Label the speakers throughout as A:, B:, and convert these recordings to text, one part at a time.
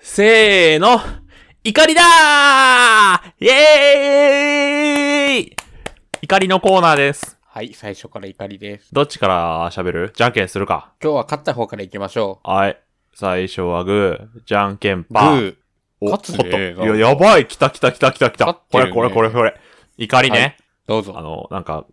A: せーの、怒りだーイエーイ怒りのコーナーです。
B: はい、最初から怒りです。
A: どっちから喋るじゃんけんするか。
B: 今日は勝った方から行きましょ
A: はい。最初はグー、じゃんけん
B: う。グ
A: パー。
B: ー。
A: お
B: 勝つね
A: ホットいや、やばい来た来た来た来た来た。
B: 勝って
A: こ
B: る
A: れ
B: ね
A: これこれこれ。怒りね。
B: どう
A: あ
B: ぞ。
A: の、なんか、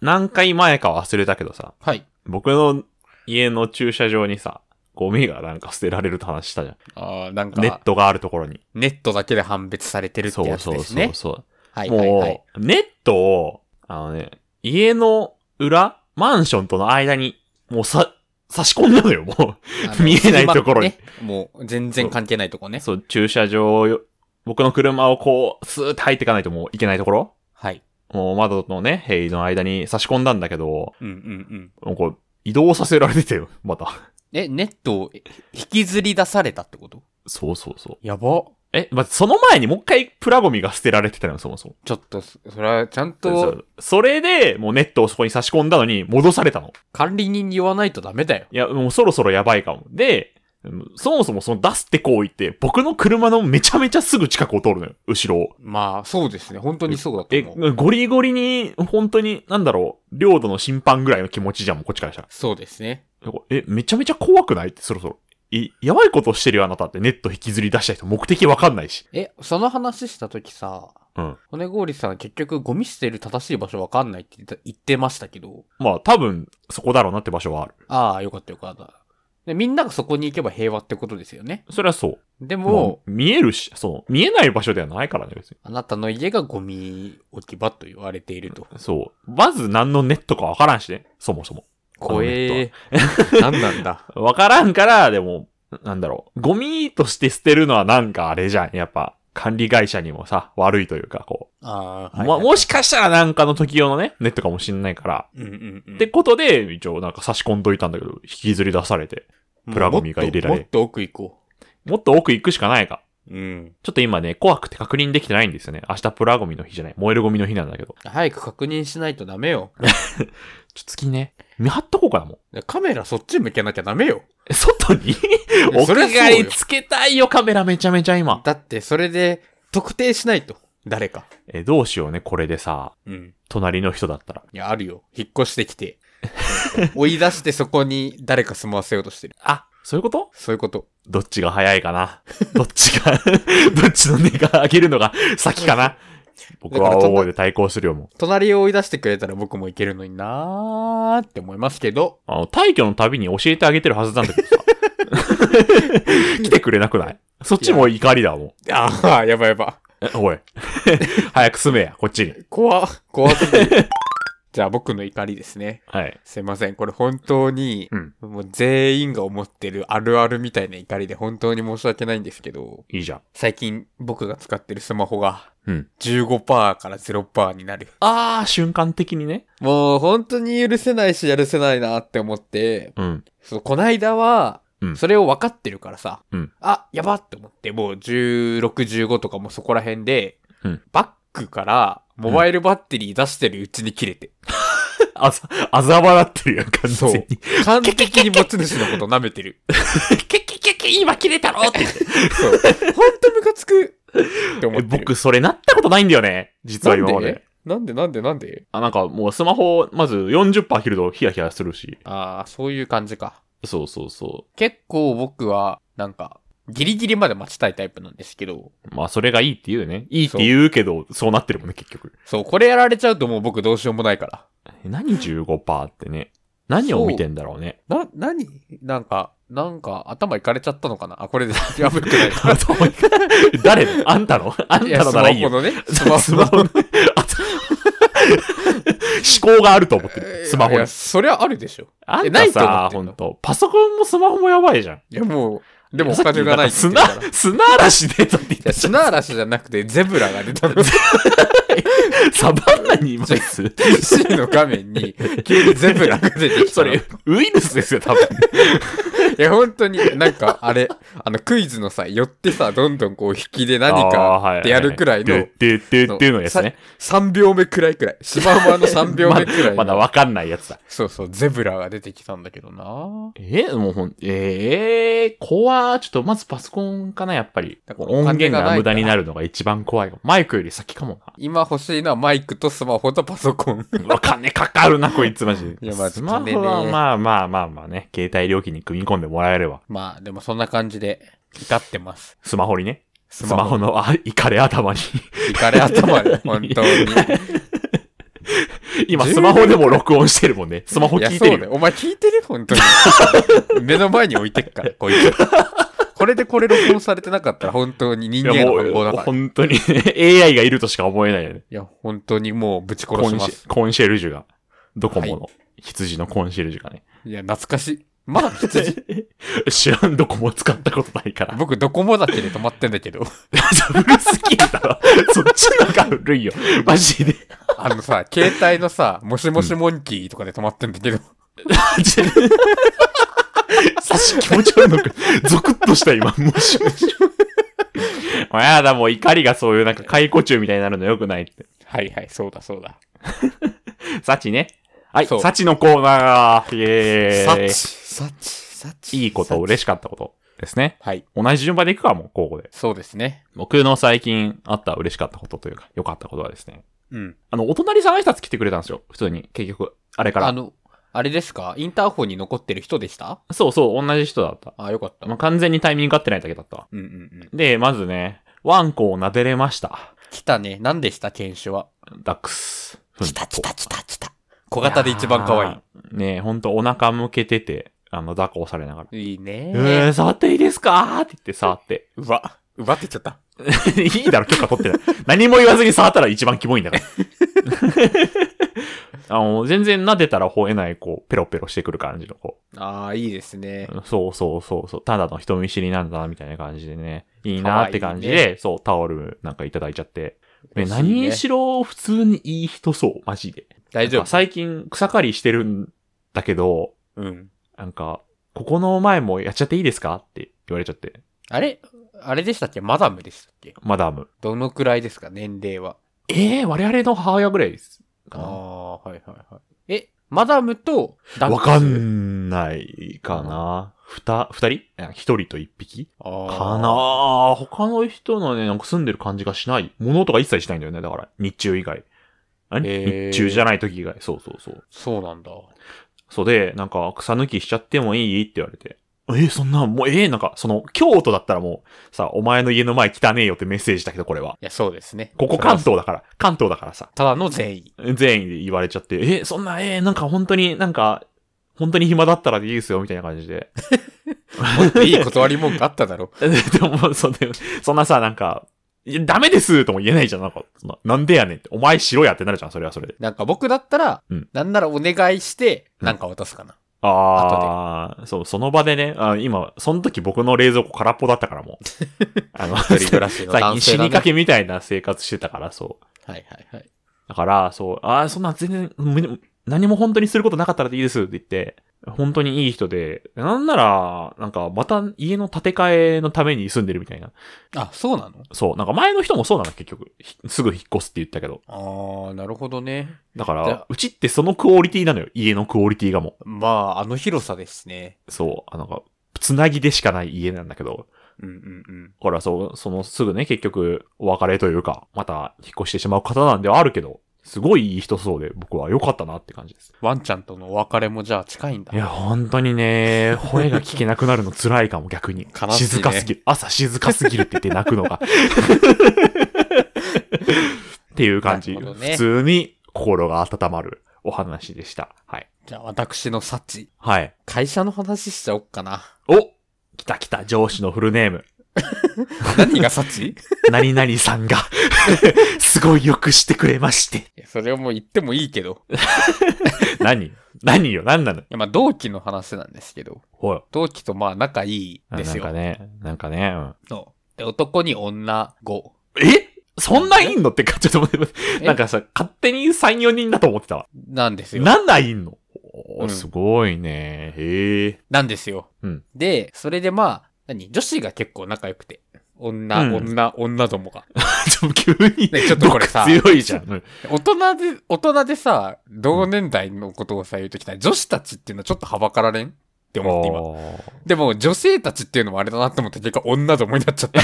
A: 何回前か忘れたけどさ、
B: はい。
A: 僕の家の駐車場にさ、ゴミがなんか捨てられるって話したじゃん。
B: あーなんか、
A: ネ
B: ネ
A: ットがあるところに。
B: ットだけで判別されてるって
A: そ
B: や
A: う
B: つ
A: そう
B: です
A: そ
B: ね
A: う。そう。
B: はいはいはい
A: も。う、ネットを、あのね、家の裏、マンションとの間に、もうさ、差し込んだのよ、も
B: あの
A: 見えないところに。
B: 隙間ねもう、全然関係ないとこ
A: う。
B: ね。
A: そう、駐車場をよ、僕の車をこう、スーッと入っていかないともういけないところ
B: はい。
A: もう窓のね、塀の間に差し込んだんだけど、
B: うんうんうん。
A: もうこう、移動させられてたよ、また。
B: え、ネットをえ引きずり出されたってこと
A: そうそうそう。
B: やば。
A: え、まあ、その前にもう一回プラゴミが捨てられてたよ、そもそも。
B: ちょっと、そそれはちゃん
A: そ
B: と
A: うそれで、もうネットをそこに差し込んだのに、戻されたの。
B: 管理人に言わないとダメだよ。
A: いや、もうそろそろやばいかも。で、うんそもそもその出すって行為って、僕の車のめちゃめちゃすぐ近くを通るのよ、後ろを。
B: まあ、そうですね。本当にそうだと
A: え、
B: 思う。
A: ゴリゴリに、本当に、なんだろう、領土の審判ぐらいの気持ちじゃん、もうこっちからしたら。
B: そうですね。
A: え、めちゃめちゃ怖くないって、そろそろ。え、やばいことしてるよ、あなたって、ネット引きずり出した人、目的わかんないし。
B: え、その話したときさ、
A: うん。
B: 骨氷さん結局ゴミ捨てる正しい場所わかんないって言って言ってましたけど、
A: まあ、多分、そこだろうなって場所はある。
B: ああ、よかったよかった。で、みんながそこに行けば平和ってことですよね。
A: それはそう。
B: でも、
A: まあ見えるし、そう。見えない場所ではないからね、別に。
B: あなたの家がゴミ置き場と言われていると。
A: そう。まず何のネットかわからんしね、そもそも。
B: 怖えー。何な んだ。
A: わからんから、でも、なんだろう。ゴミとして捨てるのはなんかあれじゃん。やっぱ、管理会社にもさ、悪いというか、こ
B: あ
A: う。
B: あ、はい、
A: ま
B: はい。
A: もしかしたらなんかの時用のね、ネットかもしんないから。
B: うんうんうん、
A: ってことで、一応なんか差し込んどいたんだけど、引きずり出されて。プラゴミが入れられ
B: もっともっと奥行こ
A: もっと奥行くしかないか。
B: う。うん。
A: ちょっと今ね、怖くて確認できてないんですよね。明日プラゴミの日じゃない。燃えるゴミの日なんだけど。
B: 早く確認しないとダ メよ。
A: ちょ、月ね。見張っとこうかな、もう。
B: カメラそっち向けなきゃダメよ。
A: え外に屋
B: そりゃそうよ
A: 外つけたいよ、カメラめちゃめちゃ今。
B: だってそれで特定しないと。誰か。
A: え、どうしようね、これでさ、
B: うん。
A: 隣の人だったら。
B: いや、あるよ。引っ越してきて。追い出してそこに誰か住まわせようとしてる。
A: あ、そういうこと
B: そういうこと。
A: どっちが早いかなどっちが、 どっちの値が上げるのが先かな僕は大声で対抗するよ、もう。
B: 隣を追い出してくれたら僕も行けるのになーって思いますけど。
A: あの、退去のたびに教えてあげてるはずなんだけ どさ。来てくれなくないそっちも怒りだもん。
B: ああ、やばいやば。
A: えおい。 早く住めや、こっちに。
B: 怖、怖すぎる。 じゃあ僕の怒りですね。
A: はい。
B: すいません。これ本当に、
A: うん
B: もう全員が思ってるあるあるみたいな怒りで本当に申し訳ないんですけど、
A: いいじゃん。
B: 最近僕が使ってるスマホが
A: うん。
B: 15%から0%になる。
A: あー、瞬間的にね。
B: もう本当に許せないしやるせないなって思って、
A: うん。
B: そう、こないだは
A: う、ん
B: それを分かってるからさ、
A: うん
B: あ、やばって思って、もう16、15とかもうそこら辺で、
A: うん
B: バックから、モバイルバッテリー出してるうちに切れて、
A: あざ、あざ笑ってるやん、完全に。
B: 完璧に持ち主のこと舐め てる。
A: キキキキ、今切れたろって言って。
B: そう。ほんとムカつくって思
A: え
B: ってる。
A: 僕、それなったことないんだよね。実は今
B: な
A: ま
B: ん
A: で
B: で。なんでなんでなんで
A: あ、なんかもうスマホ、まず40%切るとヒヤヒヤするし。
B: ああ、そういう感じか。
A: そうそうそ
B: 結構僕は、なんか、ギリギリまで待ちたいタイプなんですけど、
A: う。まあ、それがいいって言うよね。いいって言うけど、そうなってるもんね、結局。
B: そう、これやられちゃうともう僕どうしようもないから。
A: え何15%ってね。何を見てんだろうね。
B: な、なになんか、なんか、頭いかれちゃったのかなあ、これで、やばく ない
A: 誰のあんたのあん
B: いや、
A: たの
B: ス
A: な
B: マ
A: らいい
B: ホ
A: よ。
B: の ね、スマ
A: ス
B: ホ
A: マ
B: の。
A: ホの。あと思考があると思って
B: い
A: る。
B: や
A: スマホ
B: い
A: に
B: や、。そりゃあるでしょ。
A: あん
B: な
A: た
B: いと思
A: さ
B: っ、て
A: ほ
B: んの
A: んと。パソコンもスマホもやばいじゃん。
B: いや、もう、でもお
A: さっき
B: 金がないって言って
A: 砂
B: たから。い、
A: 砂嵐出たって言った
B: や、
A: じゃん
B: 砂嵐じゃなくて、ゼブラが出た の。
A: サバンナにいます
B: C の画面に、急にゼブラが出てきた
A: そ
B: の
A: れ、ウイルスですよ、多分。
B: いや、本当に、なんか、あれ、あの、クイズのさ、寄ってさ、どんどんこう、引きで何かってやるくらいの、
A: で、で、で、でのやつね。
B: さ3秒目くらいくらい。シマウマの3秒目くらいの。
A: まだわかんないやつだ。
B: そうそう、ゼブラが出てきたんだけどな
A: えもうほん、ええ怖は、ちょっとまずパソコンかな、やっぱり。
B: だから
A: 音源
B: お金がないか
A: が
B: ら
A: 無駄になるのが一番怖いかも。マイクより先かも
B: 今欲しいのはマイクとスマホとパソ コン。
A: な。うわ、金かかるな、 こいつマジで。
B: いやまあ
A: スマ
B: 金
A: ホ
B: ね
A: はまあまあまあまあね、携帯料金に組み込んでもらえれば。
B: まあ、でもそんな感じで、怒ってます。
A: スマホにね。
B: ス
A: スマホ
B: の。
A: の、あ、イカれ頭 に。
B: 怒れ 頭で、本当に。
A: 今、
B: 十分
A: スマホでも録音してるもんね。スマホ
B: いや、
A: 聞い
B: そう
A: てる
B: だ
A: よ。
B: よお前聞いてる本当に。 目の前に置いてっ から、こいつ。これでこれ録音されてなかったら本当に人
A: いや
B: 間
A: も
B: の方だ
A: う、
B: から。
A: 本当に、AI がいるとしか思えないよね。
B: いや、本当にもうぶち殺
A: コ
B: し
A: ン
B: ま
A: シ
B: す。
A: ェコンシェルジュが、ドコモ
B: は
A: の羊のコンシェルジュがね。
B: いや、懐かしい。まだ羊
A: 知らんドコモ使ったことないから。
B: 僕、ドコモだけで止まってんだけど。
A: 古すぎるだろ。 そっちのが古い よ。マジで。
B: あのさ、携帯のさ、もしもしモンキーとかで止まってんだけど。
A: マジでさし気持ち悪いのか。ゾクッとした今。もしも し。もうやだ、もう怒りがそういうなんか解雇中みたいになるのよくないって。
B: はいはい、そうだそうだ。
A: サチね。はい、
B: そう
A: サチのコーナーイエ
B: サ
A: ー
B: チ、
A: イ。
B: サチ、サチ。
A: いいこと、嬉しかったことですね。
B: はい、
A: 同じ順番でいくかもう、交互で。
B: そうですね。
A: 僕の最近あった嬉しかったことというか、良かったことはですね。
B: うん。
A: あの、お隣さん挨拶来てくれたんですよ。普通に。結局、あれか
B: あ
A: ら。
B: の、あれですかインターホンに残ってる人でした
A: そうそう、同じ人だった。
B: あ、よかった。
A: まあ、完全にタイミング合ってないだけだったわ。
B: うんうんうん。
A: で、まずね、ワンコを撫でれました。
B: 来たね。何でした犬種は。
A: ダックス。
B: 来た来た来た来た。小型で一番可愛
A: い。ねほんとお腹向けてて、あの、抱っこされながら。
B: い。いいね
A: えー、触っていいですかって言って触って。
B: うわ、うわって言っちゃった。
A: いいだろ、許可取ってない。何も言わずに触ったら一番キモいんだから。 あの、全然撫でたら吠えない、こう、ペロペロしてくる感じの子。
B: ああ、いいですね。
A: そうそうそうそう。ただの人見知りなんだな、みたいな感じでね。いいなって感じ
B: かわい
A: で、そう、タオルなんかいただいちゃって。ね、
B: 嬉しいね
A: 何しろ普通にいい人そう、マジで。
B: 大丈
A: なんか最近草刈りしてるんだけど、
B: 夫。うん。
A: なんか、ここの前もやっちゃっていいですかって言われちゃって。
B: あれあれでしたっけマダムでしたっけ
A: マダム。
B: どのくらいですか年齢は。
A: ええー、我々の母親ぐらいです。か
B: あ
A: な
B: あー、はいはいはい。え、マダムとダックス
A: わかんないかな。ふた、二人いや一人と一匹
B: あ
A: か
B: ー
A: なあ他の人のね、なんか住んでる感じがしない。物とか一切しないんだよね。だから、日中以外。あ
B: へー
A: れ日中じゃない時以外。そうそうそう。
B: そうなんだ。
A: そうで、なんか、草抜きしちゃってもいいって言われて。えーそんな、もう、えーなんか、その、京都だったらもう、さ、お前の家の前汚ねえよってメッセージだけど、これは。
B: いや、そうですね。
A: ここ関東だから、関東だからさ、
B: ただの善意。
A: 全員で言われちゃって、えーそんな、えーなんか本当に、なんか、本当に暇だったらでいいですよ、みたいな感じで。
B: いい断り文句あっただろ。
A: でも、そんな、そんなさ、なんか、いやダメですとも言えないじゃん。なんか、そんななんでやねんって。お前しろやってなるじゃん、それはそれで。
B: なんか僕だったら、
A: うん
B: なんならお願いして、
A: うん
B: なんか渡すかな。
A: ああ、そう、その場でね、あ今、その時僕の冷蔵庫空っぽだったから もう。あの、
B: 一人暮らしの
A: 最近
B: 男性
A: 死
B: だ、ね。
A: にかけみたいな生活してたから、そう。
B: はいはいはい。
A: だから、そう、ああ、そんな全然、む何も本当にすることなかったらでいいですって言って、本当にいい人で、なんなら、なんか、また家の建て替えのために住んでるみたいな。
B: あ、そうなの
A: そう、なんか前の人もそうなの、結局。ひすぐ引っ越すって言ったけど。
B: ああ、なるほどね。
A: だか
B: じゃあ
A: ら、うちってそのクオリティなのよ。家のクオリティがも
B: まあ、あの広さですね。
A: う。そう、あの、なんか、つなぎでしかない家なんだけど。
B: うんうんうん。
A: だから、そう、そのすぐね、結局、お別れというか、また引っ越してしまう方なんではあるけど、すごいいい人そうで、僕は良かったなって感じです。
B: ワンちゃんとのお別れもじゃあ近いんだ。
A: いや、本当にね、声が聞けなくなるの辛いかも、逆に。
B: 悲しいね
A: 静かすぎる。朝静かすぎるって言って泣くの が。っていう感じ。
B: なるほどね
A: 普通に心が温まるお話でした。はい。
B: じゃあ私のサチ。
A: はい。
B: 会社の話しちゃおっかな。
A: お来た来た、上司のフルネーム。
B: 何がサ チい
A: 何々さんが、すごいよくしてくれまして。
B: や、それはもう言ってもいいけど。い
A: 何何よ、何なの
B: や、まあ同期の話なんですけど。
A: ほら。
B: 同期とまあ仲いい
A: あ
B: ですよ。
A: なんかね、なんかね、うん
B: そうで、男に女5。
A: えそんないんのってか、ちょっと待って待って。
B: え
A: なんかさ、勝手に3、4人だと思ってたわ。
B: なんですよ。な
A: なんないんのおー
B: うん
A: すごいね。へ え。
B: んですよ。
A: うん
B: で、それでまあ、何女子が結構仲良くて。女、
A: うん
B: 女、女どもが。
A: ちょっと急に、
B: ねちょっとこれさ
A: 強いじゃん。うん
B: 大人で、大人でさ、同年代のことをさ、言うときたら、女子たちっていうのはちょっとはばかられんって思って今。でも、女性たちっていうのもあれだなと思って、結果女どもになっ ちゃった。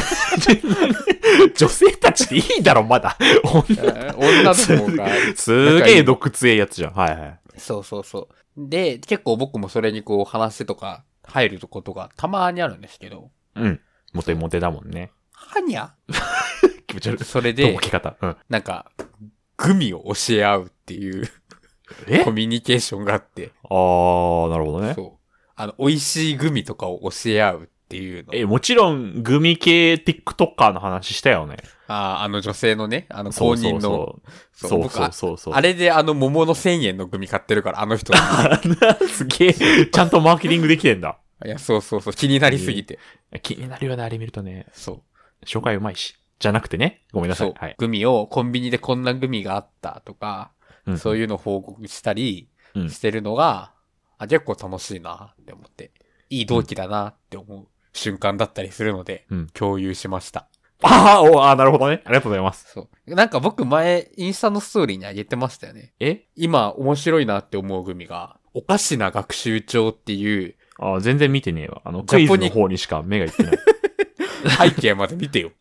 A: 女性たちでいいだろ、まだ。
B: 女どもが。
A: すげえ毒強いやつじゃん。はいはい。
B: そうそうそう。で、結構僕もそれにこう話とか入ることがたまにあるんですけど。
A: うん。モテモテだもんね。
B: はにゃ
A: 気持ち悪い。
B: それ
A: と
B: で
A: ぼ、け方。うん。
B: なんか、グミを教え合うっていう
A: えあ
B: コミュニケーションがあって、
A: ー、なるほどね。
B: そう。あの、美味しいグミとかを教え合うっていうの。
A: え、もちろん、グミ系 TikToker の話したよね。
B: あーあの女性のね、あの公
A: そう
B: 認
A: そ
B: の。
A: うそう。
B: そう
A: そう
B: 僕
A: そ
B: あ
A: うそうそう。
B: あれであの桃の1000円のグミ買ってるから、あ の人。い
A: すげえ、ちゃんとマーケティングできてんだ。
B: や、そうそうそう、気になりすぎて。
A: 気になるよね、あれ見るとね。
B: そ
A: 紹介うまいし。じゃなくてね。ごめん
B: う。
A: なさい
B: そ。。
A: うはい。
B: グミをコンビニでこんなグミがあったとか、
A: うん
B: そういうの報告したり
A: うん
B: してるのが、あ、結構楽しいなって思って、いい同期だなって思う瞬間だったりするので、
A: うん
B: 共有しました。
A: ああ、おあーなるほどね。ありがとうございます。
B: そう。なんか僕前、インスタのストーリーにあげてましたよね。
A: え
B: 今、面白いなって思うグミが、おかしな学習帳っていう、
A: あー全然見てねえわ。あの、
B: ジ
A: ク
B: ャ
A: イ
B: ポ
A: ズ
B: ニ
A: の方にしか 目がいってない。
B: 背景まで見 てよ。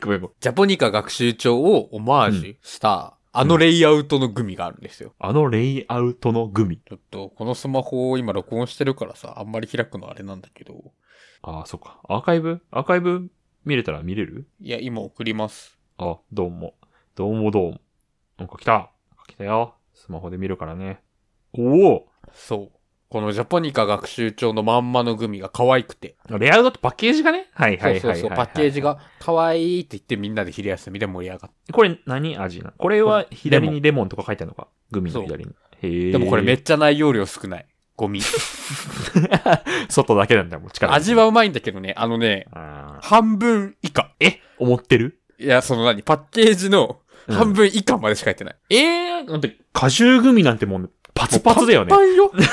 A: ごめんごめん。
B: ジャポニカ学習帳をオマージュした、あのレイアウトのグミがあるんですよ。
A: あのレイアウトのグミ。
B: ちょっと、このスマホを今録音してるからさ、あんまり開くのあれなんだけど。
A: ああ、そっか。アーカイブアーカイブ見れたら見れる
B: いや、今送ります。
A: あ、どうも。どうもどうも。なんか来た。なんか来たよ。スマホで見るからね。お
B: そう。このジャポニカ学習帳のまんまのグミが可愛くて。
A: おレイアウトとパッケージがね。はいは
B: そ
A: いうはい
B: そう
A: はい、
B: そう。パッケージ。が可愛いって言ってみんなで昼休みで盛り上がっ
A: これ何味なのこれは左にレモンとか書いてあるのかグミ
B: そ
A: の
B: う
A: 左に。へ
B: て。
A: え。
B: でもこれめっちゃ内容量少ない。ゴミ。
A: 外だけなんだもん、力。
B: 味はうまいんだけどね、あのね、
A: あー。
B: 半分以下。
A: え思ってる
B: いや、その何パッケージの
A: うん
B: 半分以下までしか入ってない。
A: ええー、なんて、果汁グミなんてもうパツパツだよね
B: も。うパン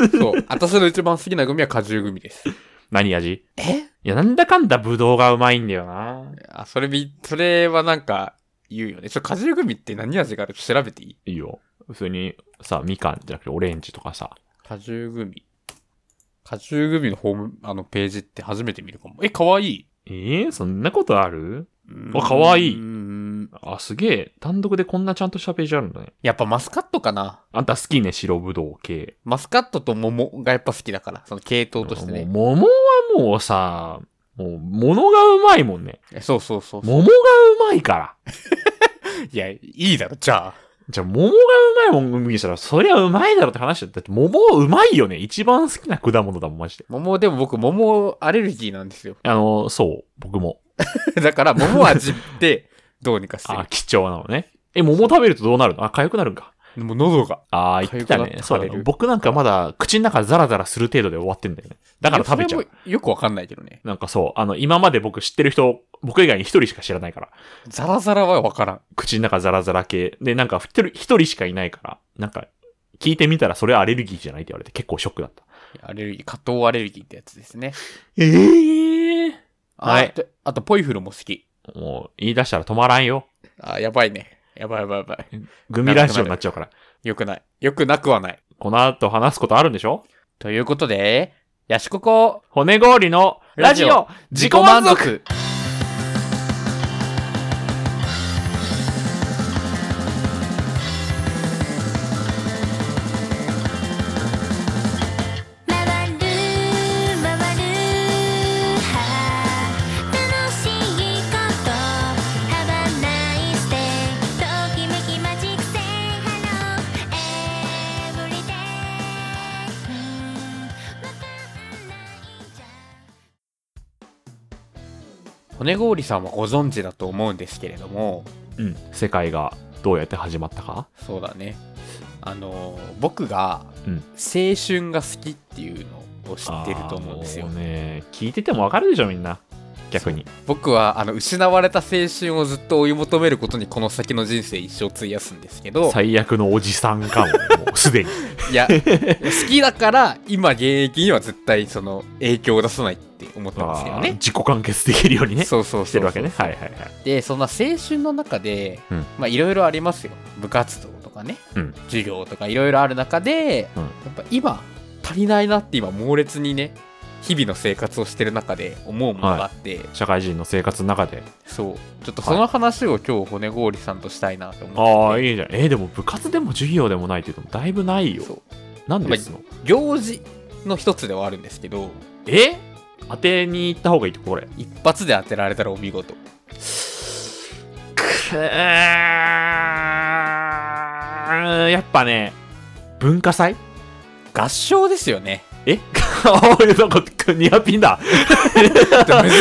B: ンよ。そう。私の一番好きなグミは果汁グミです。
A: 何味
B: え
A: いや、なんだかんだブドウがうまいんだよな。
B: あ、それみ、それはなんか、言うよね。ちょ、果汁グミって何味がある調べていい
A: いいよ。普通に、さ、みかんじゃなくてオレンジとかさ。
B: 果汁グミ。果汁グミのホーム、あの、ページって初めて見るかも。え、かわいい。
A: ええそんなことある
B: う
A: あかわいい
B: い。
A: あ、すげえ。単独でこんなちゃんとしたページあるんだね。
B: やっぱマスカットかな。
A: あんた好きね、白ぶどう系。
B: マスカットと桃がやっぱ好きだから、その系統としてね。
A: もう桃はもうさ、もう、物がうまいもんね。
B: えそうそうそうそう。
A: 桃がうまいから。
B: いや、いいだろ、じゃあ。
A: じゃあ、桃がうまいもん、にしたら、そりゃうまいだろって話だよ。だって、桃うまいよね。一番好きな果物だもん、マジで。
B: 桃、でも僕、桃アレルギーなんですよ。
A: あの、そう、僕も。
B: だから、桃味って、どうにかしてる
A: あ、貴重なのね。え、桃食べるとどうなるのあ、痒くなるんか。
B: でも喉が。
A: ああ、言ってた
B: 痒くな
A: ね
B: っ。た
A: そうだ
B: れ
A: ね
B: る
A: 僕なんかまだ口の中ザラザラする程度で終わってんだよね。だから食べちゃ
B: いや
A: う。
B: それもよくわかんないけどね。
A: なんかそう、あの、今まで僕知ってる人、僕以外に一人しか知らないから。
B: ザラザラはわからん。
A: 口の中ザラザラ系。で、なんか一人、一人しかいないから、なんか、聞いてみたらそれはアレルギーじゃないって言われて結構ショックだった。
B: アレルギー、加糖アレルギーってやつですね。
A: ええ
B: あ
A: はい
B: であと、ポイフルも好き。
A: もう、言い出したら止まらんよ。
B: あ、やばいね。やばいやばいやばい。
A: グミラジオになっちゃうから。
B: よくない。よくなくはない。
A: この後話すことあるんでしょ
B: ということで、ヤシココ、
A: 骨氷のラジオ自己満足
B: 足
C: 「まわるまわる楽しいこと」「ハバナイステときめきマジックセイハローエブリデイ」「わかんないじゃん」
B: 骨氷さんはご存知だと思うんですけれども、
A: うん。世界がどうやって始まったか
B: そうだね。あの、僕が、
A: うん
B: 青春が好きっていうのを知ってると思うんですよ
A: あー。もうね、聞いててもわかるでしょ、みんな。逆に。
B: 僕はあの失われた青春をずっと追い求めることにこの先の人生一生費やすんですけど
A: 最悪のおじさんかもね、もうす でに。
B: いや好きだから今現役には絶対その影響を出さないって思ったんですよ
A: あー
B: ね。
A: 自己完結できるようにね、
B: そうそうそう
A: してるわけね。はいはいはい。
B: でそんな青春の中で
A: うん
B: まあいろいろありますよ部活動とかね、
A: うん
B: 授業とかいろいろある中で、
A: うん
B: やっぱ今足りないなって今猛烈にね日々の生活をしてる中で思うものがあって、
A: 社会人の生活の中で。
B: そうちょっとその話を今日骨氷さんとしたいなと思ってて、
A: ああ、いいじゃん。えーでも部活でも授業でもないっていうのもだいぶないよ。
B: そう
A: なんですの
B: 行事の一つではあるんですけど
A: え当てに行った方がいいとこれ。
B: 一発で当てられたらお見事
A: くーやっぱね、文化祭
B: 合唱ですよね
A: えあ俺なんかニアピンだ。。
B: むず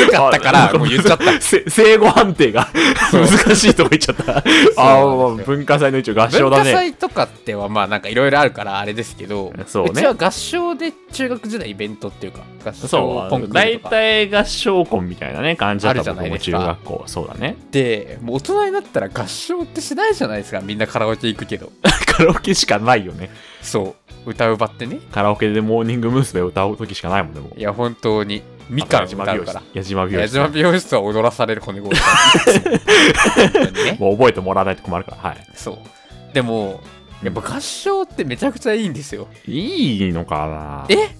B: かったからもう言っちゃった
A: せ正誤判定が
B: そう
A: 難しいとこ行っちゃった。あ
B: そう
A: あ
B: なんですよ
A: 文化祭の一応合唱
B: 文
A: だ
B: 化
A: ね。
B: 祭とかってはまあなんかいろいろあるからあれですけど
A: そうね
B: ちは合唱で中学時代イベントっていうか合
A: そ
B: 唱コンクール
A: う、
B: とか
A: 大体合唱コンみたいなね、感じだった
B: あるじゃない
A: 僕も
B: です
A: 中
B: か
A: 学校。そうだ ね。
B: でもう大人になったら合唱ってしないじゃないですかみんなカラオケ行くけど
A: カラオケしかないよね。
B: そう歌う場ってね
A: カラオケでモーニング娘。を歌う時しかないもんね、もう
B: い。や本当にみかん歌うから
A: 矢島美容
B: 矢
A: 師。矢島
B: 島
A: 美容
B: 美容室は踊らされる 骨氷さん本当に
A: 師
B: ね
A: もう覚えてもらわないと困るから、はい。
B: そうでもやっぱ合唱ってめちゃくちゃいいんですよ
A: いいのかな
B: え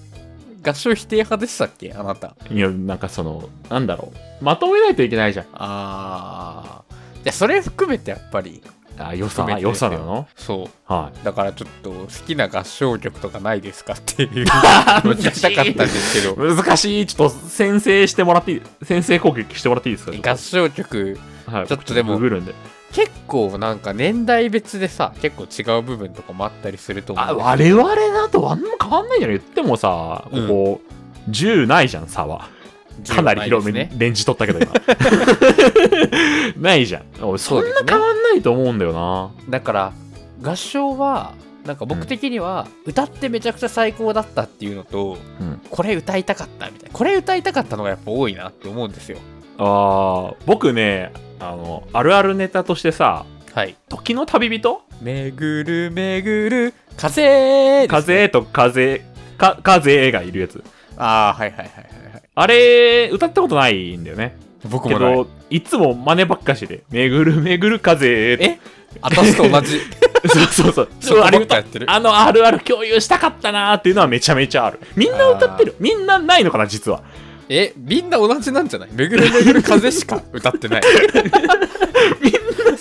B: 合唱否定派でしたっけあなた
A: いや、なんかその、なんだろう。まとめないといけないじゃん。
B: あーいやそれ含めてやっぱり
A: あ、良
B: 含
A: さ、
B: めて
A: 良さなの
B: そう
A: はい。
B: だからちょっと好きな合唱曲とかないですかっていう
A: 難
B: 聞
A: しい
B: きたかったんですけど
A: 難しい。ちょっと、先制してもらっていい先制攻撃してもらっていいですか
B: 合唱曲
A: はい
B: ちょっとでも
A: ググるんで。
B: 結構なんか年代別でさ結構違う部分とかもあったりすると思
A: あ、
B: うんで
A: 我々だとあんま変わんないじゃない言ってもさ、ここ、10ないじゃん、差は。
B: す
A: かなり広め
B: 重要ないです
A: にレンジ取ったけど今 ないじゃんおいそんな変わんないと思うんだよな、
B: だから合唱はなんか僕的には歌ってめちゃくちゃ最高だったっていうのと、
A: うん
B: これ歌いたかったみたいなこれ歌いたかったのがやっぱ多いなって思うんですよ
A: あー僕ねあのあるあるネタとしてさ
B: はい
A: 「時の旅人
B: 「めぐるめぐる風」ですね、
A: 風と風か風がいるやつ
B: ああはいはいはいはいはい
A: あれ歌ったことないんだよね
B: 僕
A: け
B: もない
A: どいつも真似ばっかしてて「めぐるめぐる風」
B: え私と同じ
A: そうそうそう
B: そこば
A: あれ
B: っ
A: 歌
B: か
A: っ
B: やってる
A: あのあるある共有したかったなーっていうのはめちゃめちゃあるみんな歌ってるみんなないのかな実は
B: えみんな同じなんじゃない「めぐるめぐる風」し か歌ってない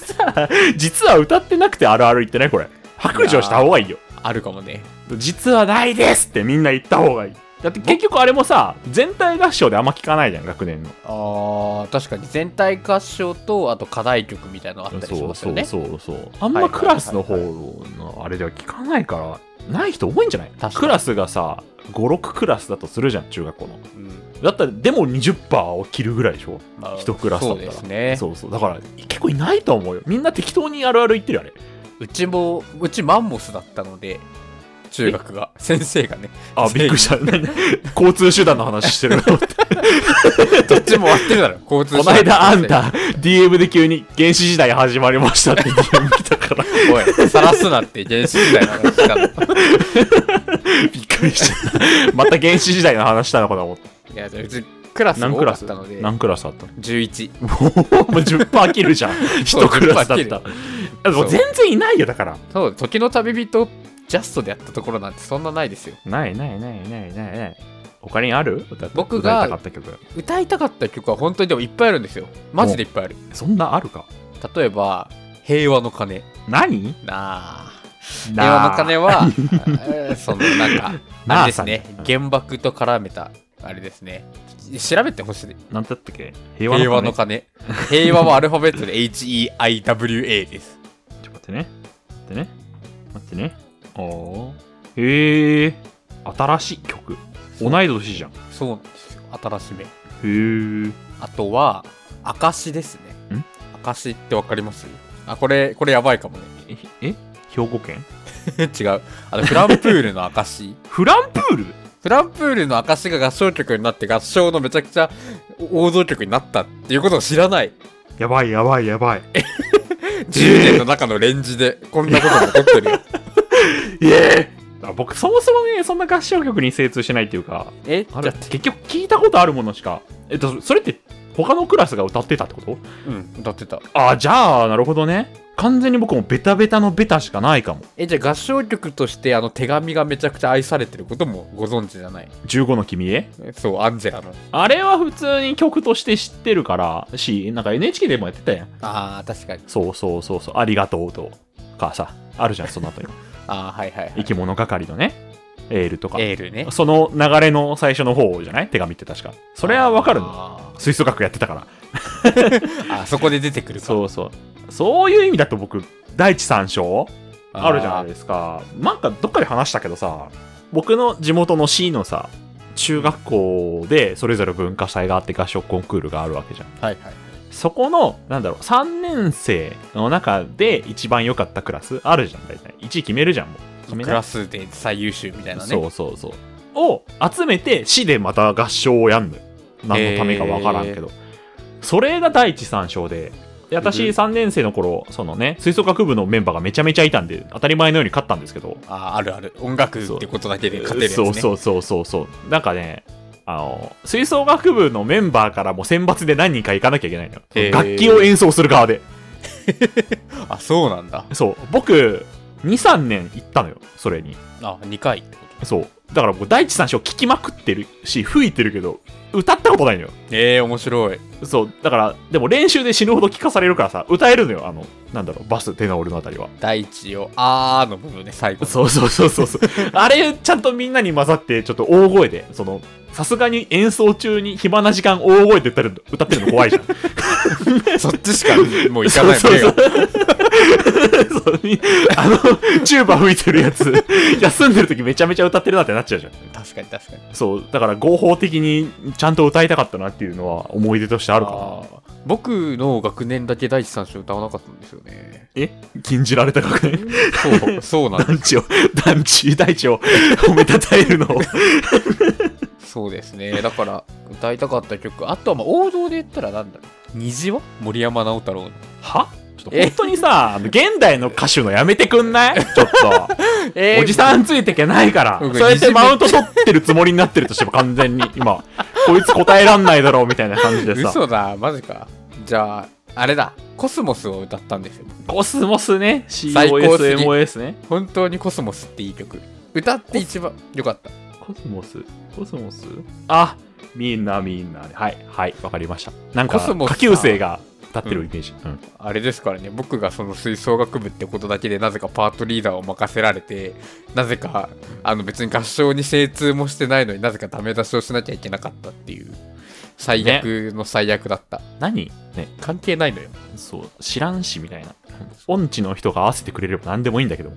A: さ実は歌ってなくてあるある言ってないこれ白状した方がいいよ
B: あるかもね
A: 実はないですってみんな言った方がいいだって結局あれもさ全体合唱であんま聞かないじゃん学年の
B: あー確かに全体合唱とあと課題曲みたいなのあったりしますよね
A: そうそうあんまクラスの方のあれでは聞かないからない人多いんじゃない
B: 確かに
A: クラスがさ56クラスだとするじゃん中学校の
B: うん
A: だったらでも20%を切るぐらいでしょ
B: まあ
A: 一クラスだ
B: そ
A: っ
B: う
A: た
B: で
A: ら
B: すね
A: そうそうだから結構いないと思うよみんな適当にあるある言ってるよあれ
B: うちも、うちマンモスだったので、中学が、先生 がね、
A: あびっくりした 何交通手段の話してる の
B: どっちも終わってるだろ、交通手
A: こ
B: 段
A: の間あんた DM で急に原始時代始まりましたって DM 来たから
B: おい、さらすなって原始時代の話した の。い
A: びっくりした また原始時代の話したのかと思った
B: や、うちクラス
A: 何
B: も
A: ク
B: 多か
A: ラ
B: っ
A: ス
B: たので、
A: 何クラスあったの
B: 11。
A: もう10%切るじゃん
B: そう
A: 1クラスだっ
B: 10%切る
A: たでも全然いないよだから
B: そう、時の旅人、ジャストでやったところなんてそんなないですよ。
A: ないないないないないない他にある歌
B: 僕
A: 歌
B: が
A: いたかった曲
B: 歌いたかった曲は本当にでもいっぱいあるんですよ。マジでいっぱいある。
A: そんなあるか
B: 例えば、平和の鐘。
A: 何
B: なあ。
A: な
B: 平和の鐘
A: は
B: は、えーそのなん か、
A: な
B: あ
A: あ
B: れですね
A: さん、
B: 原爆と絡めた、あれですね。調べてほしい。
A: 何だったっけ平和の鐘
B: 平和の鐘。平和はアルファベットで HEIWA です。
A: ちょっと待ってね。待ってね。待ってね。おー。へえ。新しい曲。
B: そう
A: 同い年じゃん。へ
B: そうなんですよ。新しめ。
A: え。
B: あとは、証ですね。
A: ん
B: 証ってわかりますあ、これ、これやばいかもね。
A: え、え兵庫県
B: 違う。あの、フランプールの証。
A: フランプール
B: フランプールの証が合唱曲になって合唱のめちゃくちゃ王道曲になったっていうことを知らない。
A: やばいやばいやばい。
B: 10年の中のレンジでこんなことが起こって るよ。
A: ええ僕そもそもね、そんな合唱曲に精通してないっていうか、
B: え
A: あれ結局聞いたことあるものしか。えっと、それって他のクラスが歌ってたってこと
B: うん、歌ってた。
A: あ、じゃあ、なるほどね。完全に僕もベタベタのベタしかないかも。
B: え、じゃあ合唱曲としてあの手紙がめちゃくちゃ愛されてることもご存知じゃない
A: 15の君へ
B: そう、アンジェラの。
A: あれは普通に曲として知ってるから、し、なんか NHK でもやってたやん。
B: ああ、確かに。
A: そうそうそうそう、ありがとうとかさ、あるじゃん、その 後に。
B: ああ、はいはい、はい
A: 生。き物係のね、エールとか。
B: エールね。
A: その流れの最初の方じゃない手紙って確か。それはわかるの。
B: あ
A: 吹奏楽やってたから。
B: ーあー、そこで出てくるか。
A: そうそう。そういう意味だと僕、第一三章あるじゃない
B: で
A: ですか。なんかどっかで話したけどさ、僕の地元の C のさ、中学校でそれぞれ文化祭があって合唱コンクールがあるわけじゃん。
B: すか。はいはい。
A: そこの、なんだろう、3年生の中で一番良かったクラスあるじゃん、大体。1位決めるじゃん、もう。決め
B: ク
A: ない
B: ラスで最優秀みたいなね。
A: そうそうそう。を集めて、市でまた合唱をやんのよ。何のためかわからんけど。それが第一三章で。で私
B: うん
A: 3年生の頃、そのね、吹奏楽部のメンバーがめちゃめちゃいたんで、当たり前のように勝ったんですけど、
B: ああ、あるある。音楽ってことだけで勝てるやつ、ね。
A: そうそうそうそうそう。なんかね、あの、吹奏楽部のメンバーからも選抜で何人か行かなきゃいけないのよ。
B: へー
A: 楽器を演奏する側で。
B: あ、そうなんだ。
A: そう。僕、2、3年行ったのよ、それに。
B: あ、2回ってこと。
A: そう。だから僕、第一三章聞きまくってるし、吹いてるけど、歌ったことないのよ。
B: ええ面白い。
A: そう。だから、でも練習で死ぬほど聞かされるからさ、歌えるのよ、あの、なんだろう、バス、テナオルのあたりは。
B: 第一を、あーの部分ね、最後。
A: そうそうそうそうそう。 あれ、ちゃんとみんなに混ざって、ちょっと大声で、その、さすがに演奏中に暇な時間大声で歌ってるの歌ってるの怖い じゃん。
B: そっちしかもういかない
A: そう
B: 手
A: そう
B: が。
A: そうにあの、チューバ吹いてるやつ、 休んでる時めちゃめちゃ歌ってるなってなっちゃうじゃん。
B: 確かに確かに。
A: そう、だから合法的にちゃんと歌いたかったなっていうのは思い出としてあるか
B: あー僕の学年だけ第一三章歌わなかったんですよね。
A: な。え禁じられた学園
B: そう、 そうなんで
A: 団地を、団地、大地を褒めたたえるのを。
B: す。そうですね。だから、歌いたかった曲。あとはまあ王道で言ったらなんだろう。虹は森山直太朗の。
A: はちょっと本当にさ、あの現代の歌手のやめてくんない ちょっと。
B: え
A: おじさんついてけないから。
B: 僕
A: そうやってマウント取ってるつもりになってるとしても完全に今、こいつ答えらんないだろうみたいな感じでさ。
B: 嘘だ、マジか。じゃあ、あれだ。コスモスを歌ったんですよ。
A: コスモスね。
B: 最高すぎ
A: COSMOS ね。
B: 本当にコスモスっていい曲。歌って一番良かった。
A: コスモスコスモスあみんなみんなではいはいわかりましたなんか
B: コスモス
A: 下
B: さ
A: 級生が立ってるイメージ、うん
B: あれですからね、僕がその吹奏楽部ってことだけで、なぜかパートリーダーを任せられて、なぜか、あの別に合唱に精通もしてないのになぜかダメ出しをしなきゃいけなかったっていう、最悪の最悪だった。
A: 何ね
B: 関係ないのよ。
A: そう知らんしみたいな音痴の人が合わせてくれれば何でもいいんだけども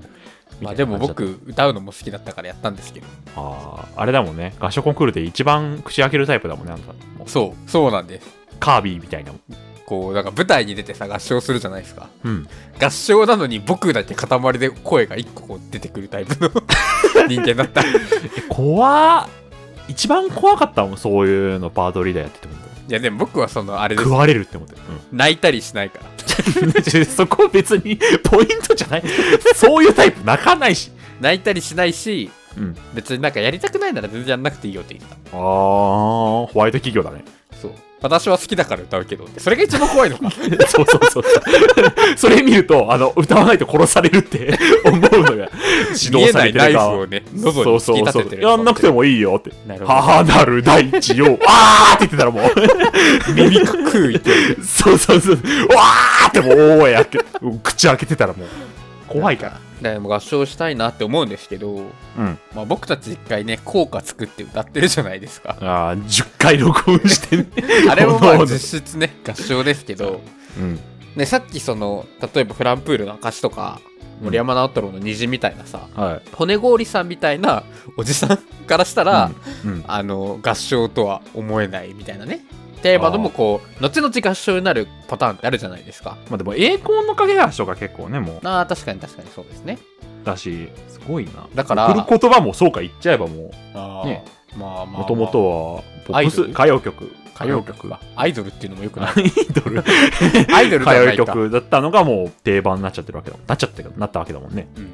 B: まあでも
A: みたいな感じだっ
B: 僕、歌うのも好きだったからやったんですけど。
A: たあーあれだもんね合唱コンクールで一番口開けるタイプだもんねあんたもう
B: そう、そうなんです。
A: カービィみたいなもん
B: こう、なんか舞台に出てさ、合唱するじゃないですか。
A: うん
B: 合唱なのに僕だけ塊で声が一個こう出てくるタイ プの人間だった。い
A: え怖っ一番怖かったもんそういうのパートリーダーやってても
B: やでも僕はその、あれです
A: 食。われるって思ってる、うん
B: 泣いたりしないから。
A: そこ別にポイントじゃない。そういうタイプ泣かないし。
B: 泣いたりしないし、
A: うん。
B: 別になんかやりたくないなら全然やんなくていいよって言って
A: あー、ホワイト企業だね。
B: た。そう。私は好きだから歌うけどって。それが一番怖い のか。
A: そうそうそう。それ見ると、あの、歌わないと殺されるって思うのが、指
B: 見え
A: 導さ
B: な
A: れ
B: い
A: て
B: ナ
A: る
B: イフ
A: 側
B: をね、
A: そう
B: 喉
A: そ
B: に
A: う
B: 突き
A: そ
B: 立てて
A: う。
B: る。
A: やんなくてもいいよって。
B: なるほど
A: 母なる大地 よ、あーって言ってたらもう、
B: 耳かくう言ってる。
A: そうそうそう、わーってもう大声開け、口開けてたらもう、怖いから。
B: だからもう合唱したいなって思うんですけど、
A: うん。。
B: まあ僕たち一回ね、効果作って歌ってるじゃないですか
A: あー、10回録音して ね。
B: あれ もま
A: こ
B: あ
A: の
B: 実質ね、合唱ですけど、
A: うん。
B: ね、さっきその、例えばフランプールの証とか、森山直太朗の虹みたいなさ、
A: はい。
B: 骨氷さんみたいなおじさんからしたら、
A: うん、うん。
B: あの合唱とは思えないみたいなねテーマのもこう後々合唱になるパターンってあるじゃないですか
A: まあでも栄光の影橋とか結構ね、もう、
B: あー確かに確かにそうですね
A: だし、すごいな。
B: だから
A: 送る言葉もそうか言っちゃえばも
B: あ
A: ね
B: ーまあまあ
A: う、
B: まあ
A: もともとは、ポ
B: ア
A: ッ
B: イ
A: プ
B: ド
A: ス、
B: ル
A: 歌謡曲。
B: 歌謡曲が アイドルっていうのもよくない
A: アイドル。
B: アイドルで
A: 歌
B: はな
A: 謡
B: いか、
A: 曲だったのがもう定番になっちゃってるわけだもん。なっちゃってるなったわけだもんね。
B: うん、っ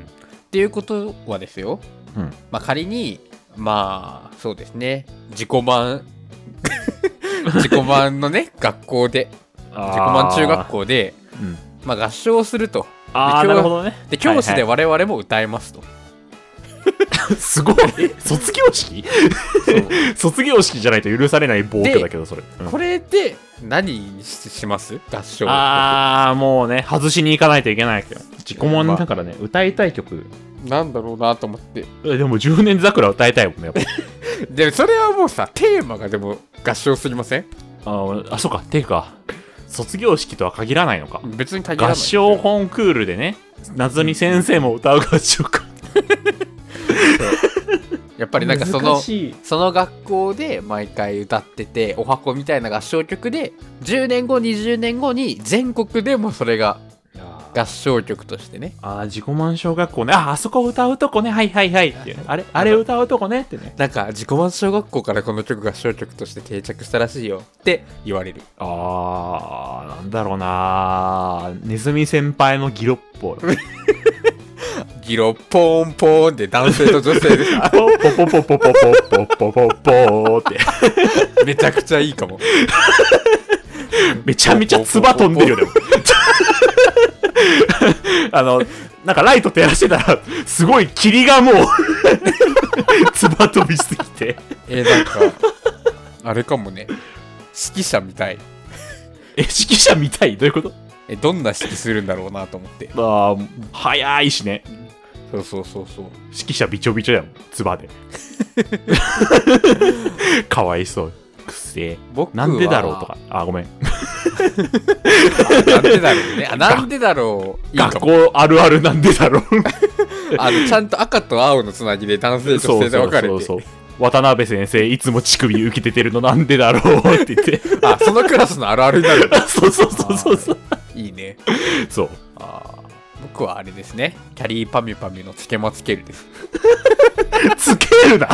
B: ていうことはですよ、
A: うん
B: まあ、仮にまあそうですね自己 満自己満のね学校で自己満中学
A: 校。
B: 校で
A: うん。
B: まあ合唱をすると。
A: ああ、
B: で今日
A: なるほどね。
B: で、教師で
A: は
B: 我々も歌えますと。
A: いはい すごい。卒業式 卒業式じゃないと許されない暴挙だけど、それ。うん
B: これで何にしします合唱。
A: ああ、もうね、外しに行かないといけないけど。自己満だからね、歌いたい曲。
B: なんだろうなと思って。
A: えでも、10年桜歌いたいもんね、やっぱ。
B: で、それはもうさ、テーマがでも合唱すぎません
A: あーあ、そうか、ていうか、卒業式とは限らないのか。
B: 別に限ら
A: 合
B: ない。
A: 唱コンクールでね、謎に先生も歌う合唱か。
B: やっぱりなんかその
A: 難、しい
B: その学校で毎回歌ってて、お箱みたいな合唱曲で、10年後、20年後に全国でもそれが合唱曲としてね。
A: あー自己満小学校ね。あー、あそこ歌うとこね。はいはいはいっていうね。あれ、あれ歌うとこねってね。
B: なんか自己満小学校からこの曲合唱曲として定着したらしいよって言われる。
A: あー、なんだろうなーネズミ先輩のギロッポ。
B: ギロポンポンで男性と女性で あ
A: ポポポポポポポポポポポって。
B: めちゃくちゃいいかも。
A: めちゃめちゃ唾飛んでるよ、でも。あの、なんかライト照らしてたら、すごい霧がもう、唾飛びしすぎて。
B: えー、なんか、あれかもね。指揮者みたい。
A: え、指揮者みたいどういうこと
B: え、どんな指揮するんだろうなと思って。
A: あー、早いしね。
B: そうそうそうそう。
A: 指揮者びちょびちょやもん、つ ばで。かわいそう。くせえ。
B: 僕は
A: なんでだろうとか。あ、ごめん。
B: なんでだろうね。あ、なんでだろう。いいか
A: 学
B: も。
A: 校あるあるなんでだろ う。
B: あの、ちゃんと赤と青のつなぎで男性と女性で分かれて。
A: う。渡辺先生、いつも乳首浮き出てるのなんでだろうって言って。
B: あ、そのクラスのあるあるになる。
A: そうそうそうそうそう。
B: いいね。
A: そう。
B: 僕はあれですね。キャリーパミュパミュのつけまつけるです。
A: つけるな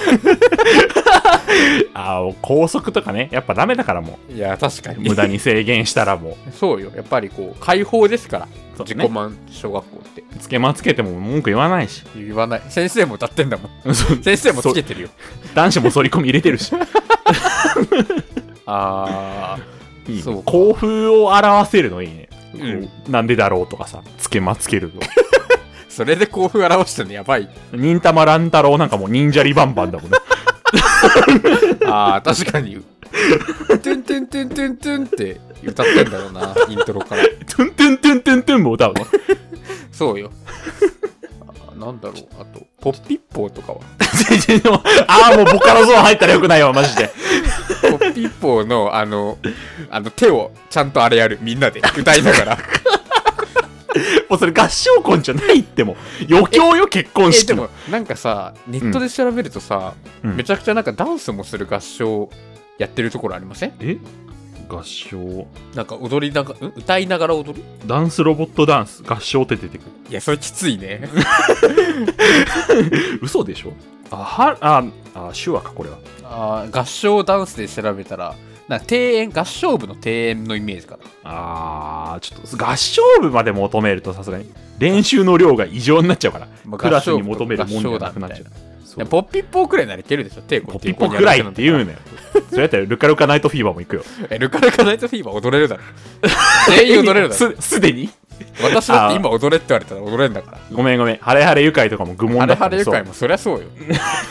A: あー高速とかね、やっぱダメだからも
B: いや、確か
A: う。
B: に。
A: 無駄に制限したらも
B: そうよ。やっぱりこう、解放ですから。
A: そうね
B: 自己満小学校って。
A: う。つけまつけても文句言わない し。
B: 言わない。先生も歌ってんだもん。
A: そう
B: 先生もつけてるよ。
A: 男子も反り込み入れてるし。
B: あ
A: いいね
B: そうか
A: 興奮を表せるのいいね。
B: うん
A: なんでだろうとかさ、つけまつけるの。
B: ー、それで興奮表してるのやばい。
A: 忍たま乱太郎なんかもう忍者リバンバンだもんね。
B: ああ、確かに。トゥントゥントゥントゥントゥンって歌ってんだろうな、イントロから。
A: トゥントゥントゥントゥントゥンも歌うの。
B: そうよ。あーなんだろう、あと、ポッピッポーとかは。
A: ああ、もうボカロゾーン入ったらよくないわ、マジで。
B: ポッピッポーの、あの、あの手をちゃんとあれやる、みんなで歌いな がら。
A: もうそれ合唱コンじゃないっても。余興よ、結婚
B: え、
A: 式
B: で
A: の
B: も。、なんかさ、ネットで調べるとさ、
A: うん
B: めちゃくちゃなんかダンスもする合唱やってるところありません
A: え合唱。
B: なんか踊りながら、ん歌いながら踊る
A: ダンスロボットダンス、合唱って出てくる。
B: いや、それきついね。
A: 嘘でしょあ、は、あ、あ、手話か、これは。
B: あー合唱ダンスで調べたら、なんか庭園、合唱部の庭園のイメージかな。
A: あー、ちょっと、合唱部まで求めるとさすがに、練習の量が異常になっちゃうから、
B: まあ
A: クラスに
B: 合唱部
A: 求
B: と
A: めるもんじゃなくなっ
B: 合
A: ちゃ
B: 唱団
A: う。
B: い
A: そ
B: や
A: う
B: ポッピッポーくらいならいけるでしょ、手こ
A: ポピポくらいって言うなよ。それやったら、ルカルカナイトフィーバーも行くよ。
B: え、ルカルカナイトフィーバー踊れるだろ。全員踊れるだろ。
A: す、すでに
B: 私だって今踊れって言われたら踊れんだから。
A: ごめんごめん。ハレハレ愉快とかも愚問
B: あ
A: だ
B: れ
A: った
B: ハ
A: んで
B: レ愉快
A: そう
B: もそりゃそうよ。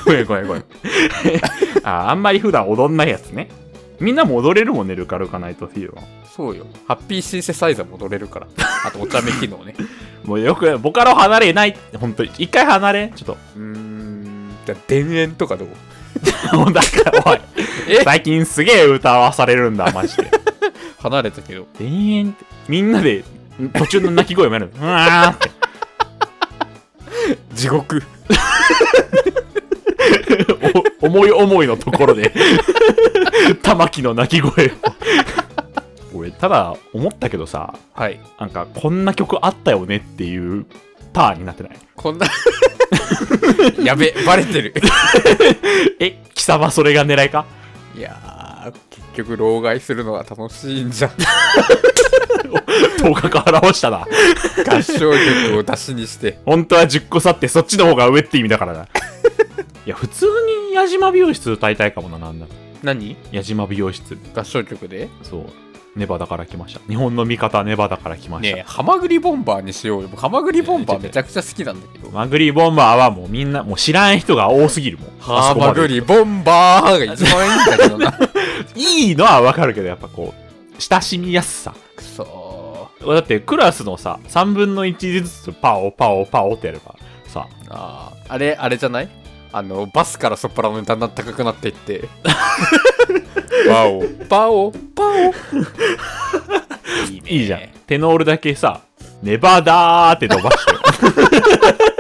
A: ごめんごめんご めん。ああんまり普段踊んないやつね。みんなも踊れるもんね、ルカルカナイトフィーバー。
B: そうよ。ハッピーシンセサイザーも踊れ るから。あとお茶目機能ね。
A: もうよく、ボカロ離れないって、本当に。一回離れんちょっと。
B: うーん。じゃあ、田園とかどう
A: もうだから、おい。
B: え
A: 最近すげえ歌わされるんだ、マジで。
B: 離れたけど。
A: 田園って。みんなで、途中の泣き声もやるの。うわーって。
B: 地獄。
A: お 思い思いのところで 玉木の鳴き声を俺ただ思ったけどさ
B: はい。
A: なんかこんな曲あったよねっていうターンになってない
B: こんな。 やべ、バレてる。
A: え貴様それが狙いか
B: いやー、結局、老害するのは楽しいんじゃん。
A: 頭角表したな
B: 合唱曲を出しにして。
A: 本当は10個差ってそっちの方が上って意味だからないや普通に矢島美容室歌いたいかもななんだ
B: 何
A: 矢島美容室
B: 合唱曲で
A: そうネバダから来ました。日本の味方、ネバダから来ました。
B: ねえ、ハマグリボンバーにしようよ。僕ハマグリボンバーめちゃくちゃ好きなんだけど。
A: マグリーボンバーはもうみんな、もう知らん人が多すぎるもん。
B: ハ
A: あそこ
B: マ
A: まで
B: グリボンバーが一番いいんだけどな。
A: いいのはわかるけど、やっぱこう、親しみやすさ。
B: く そ
A: だってクラスのさ、3分の1ずつパオパオパオってやれば、さ、
B: ー。あーあれ、あれじゃないあの、バスからソプラノにだんだん高くなっていって。パオ、パオ、パオ。 いいね
A: いいじゃん。テノールだけさ、ネバダーって伸ば して。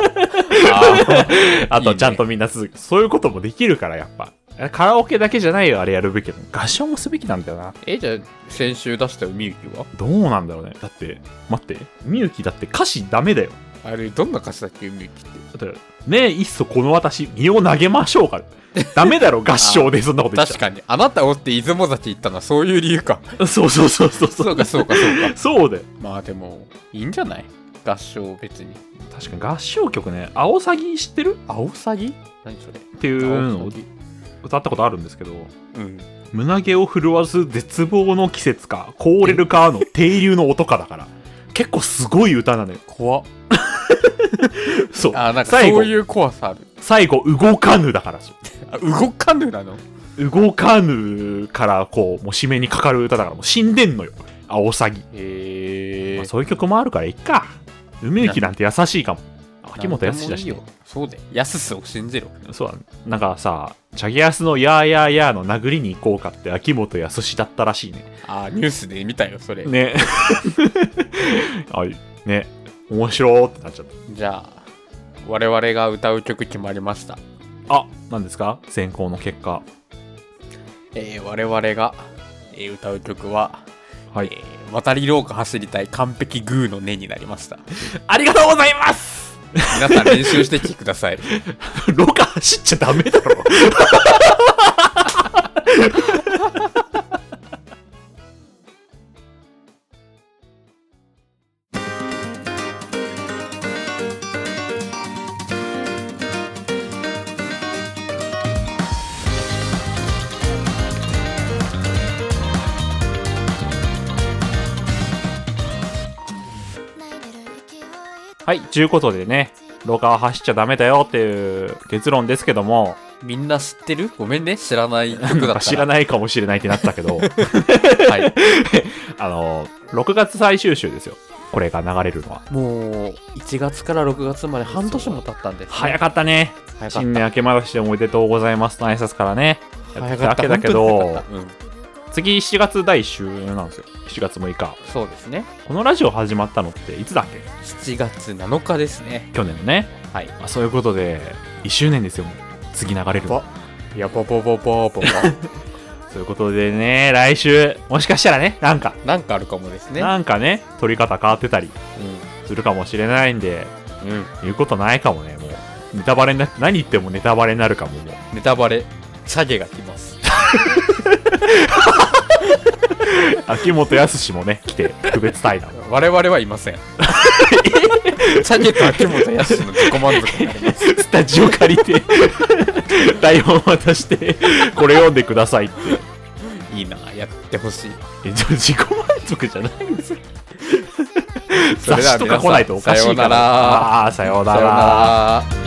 B: あー
A: あとちゃんとみんな続く。そういうこともできるから、やっぱ。カラオケだけじゃないよ、あれやるべきだ。合唱もすべきなんだよな。
B: え、じゃあ、先週出したみゆきは
A: どうなんだろうね。だって、待って、みゆきだって歌詞ダメだよ。
B: あれ、どんな歌詞だっけみゆきって。
A: だって、ねえ、いっそこの私、身を投げましょうから。ダメだろ、合唱でそんなこと言っちゃ
B: 確かに、あなたを追って出雲崎行ったのはそういう理由か。
A: う。そうそうそうそうそ。
B: そううか、そうか、そうか。
A: そうだよ。
B: まあでも、いいんじゃない合唱別に。
A: 確かに合唱曲ね、アオサギ知ってる
B: アオサギ何それ
A: っていうの
B: ア
A: を
B: オサギ
A: 歌ったことあるんですけど、
B: うん。
A: 胸毛を震わず絶望の季節か、凍れる川の停留の音かだから。結構すごい歌なのよ。
B: 怖っ
A: そう。
B: あ、なんか
A: 最後
B: そういう怖さある。
A: 最後、動かぬだからそ
B: あ、動かぬなの
A: う。動かぬから、こう、もう締めにかかる歌だから、もう死んでんのよ。アオサギ。
B: へ
A: まあ、
B: ー。
A: そういう曲もあるから、いっか。梅雪なんて優しいかも。秋元康だ
B: なんで
A: し、
B: もいいよ。そうだよ。やすすを信じろ。
A: そうだね。なんかさ、チャゲアスのやーやーやーの殴りに行こうかって秋元康だったらしいね。
B: あ、ニュースで見たよ、そ れ。
A: ね。あね。面白ーってなっちゃっ
B: じゃあ、我々が歌う曲決まりました。
A: た。あ、なんですか選考の結果。
B: えー、我々が、えー歌う曲は、
A: はい。
B: えー渡り廊下走りたい完璧グーの音になりました。
A: ありがとうございます
B: 皆さん練習してきてくださ い。
A: 廊下走っちゃダメだろ。はい。ちゅうことでね、廊下は走っちゃダメだよっていう結論ですけども、
B: みんな知ってるごめんね、知らない曲だった
A: なんか知ら
B: な
A: ないかもしれないってなったけ ど、
B: い。はい、
A: あの、6月最終週ですよ。これが流れるのは。
B: もう、1月から6月まで半年も経ったんです、
A: 早かったね。
B: 早か
A: 新
B: った。
A: 年明けましておめでとうございますの挨拶からね。や
B: 早
A: ってた
B: か
A: わ
B: った。
A: けだけ
B: 本当
A: ど
B: に早、かった
A: 次7月第1週なんですよ。7月6日
B: う。ん、そうですね。
A: このラジオ始まったのっていつだっけ
B: 7月7日ですね。
A: 去年のね。
B: はい。
A: まあ、そういうことで、1周年ですよ。もう次流れるの。
B: いや、ぼぼぼぼぼぼ。
A: そういうことでね、来週、もしかしたらね、なんか、
B: なんかあるかもですね。
A: なんかね、撮り方変わってたりするかもしれないんで、
B: うん。うん。
A: 言うことないかもね、もう。ネタバレにな、何言ってもネタバレになるかも、 もう。
B: ネタバレ、チャゲが来ます。
A: 秋元康もね、来て、特別対談。
B: 我々はいません。 チャゲと秋元康の自己満足になります。
A: スタジオ借りて、 台本渡して、これ読んでくださいって。
B: いいな、やってほしい。
A: え、じゃ自己満足じゃないんですよ。
B: そ
A: 雑
B: れでは
A: 誌とか来ないとおかしいから。
B: 皆さんさようなら
A: ああー、さような
B: さような
A: ら。
B: ら。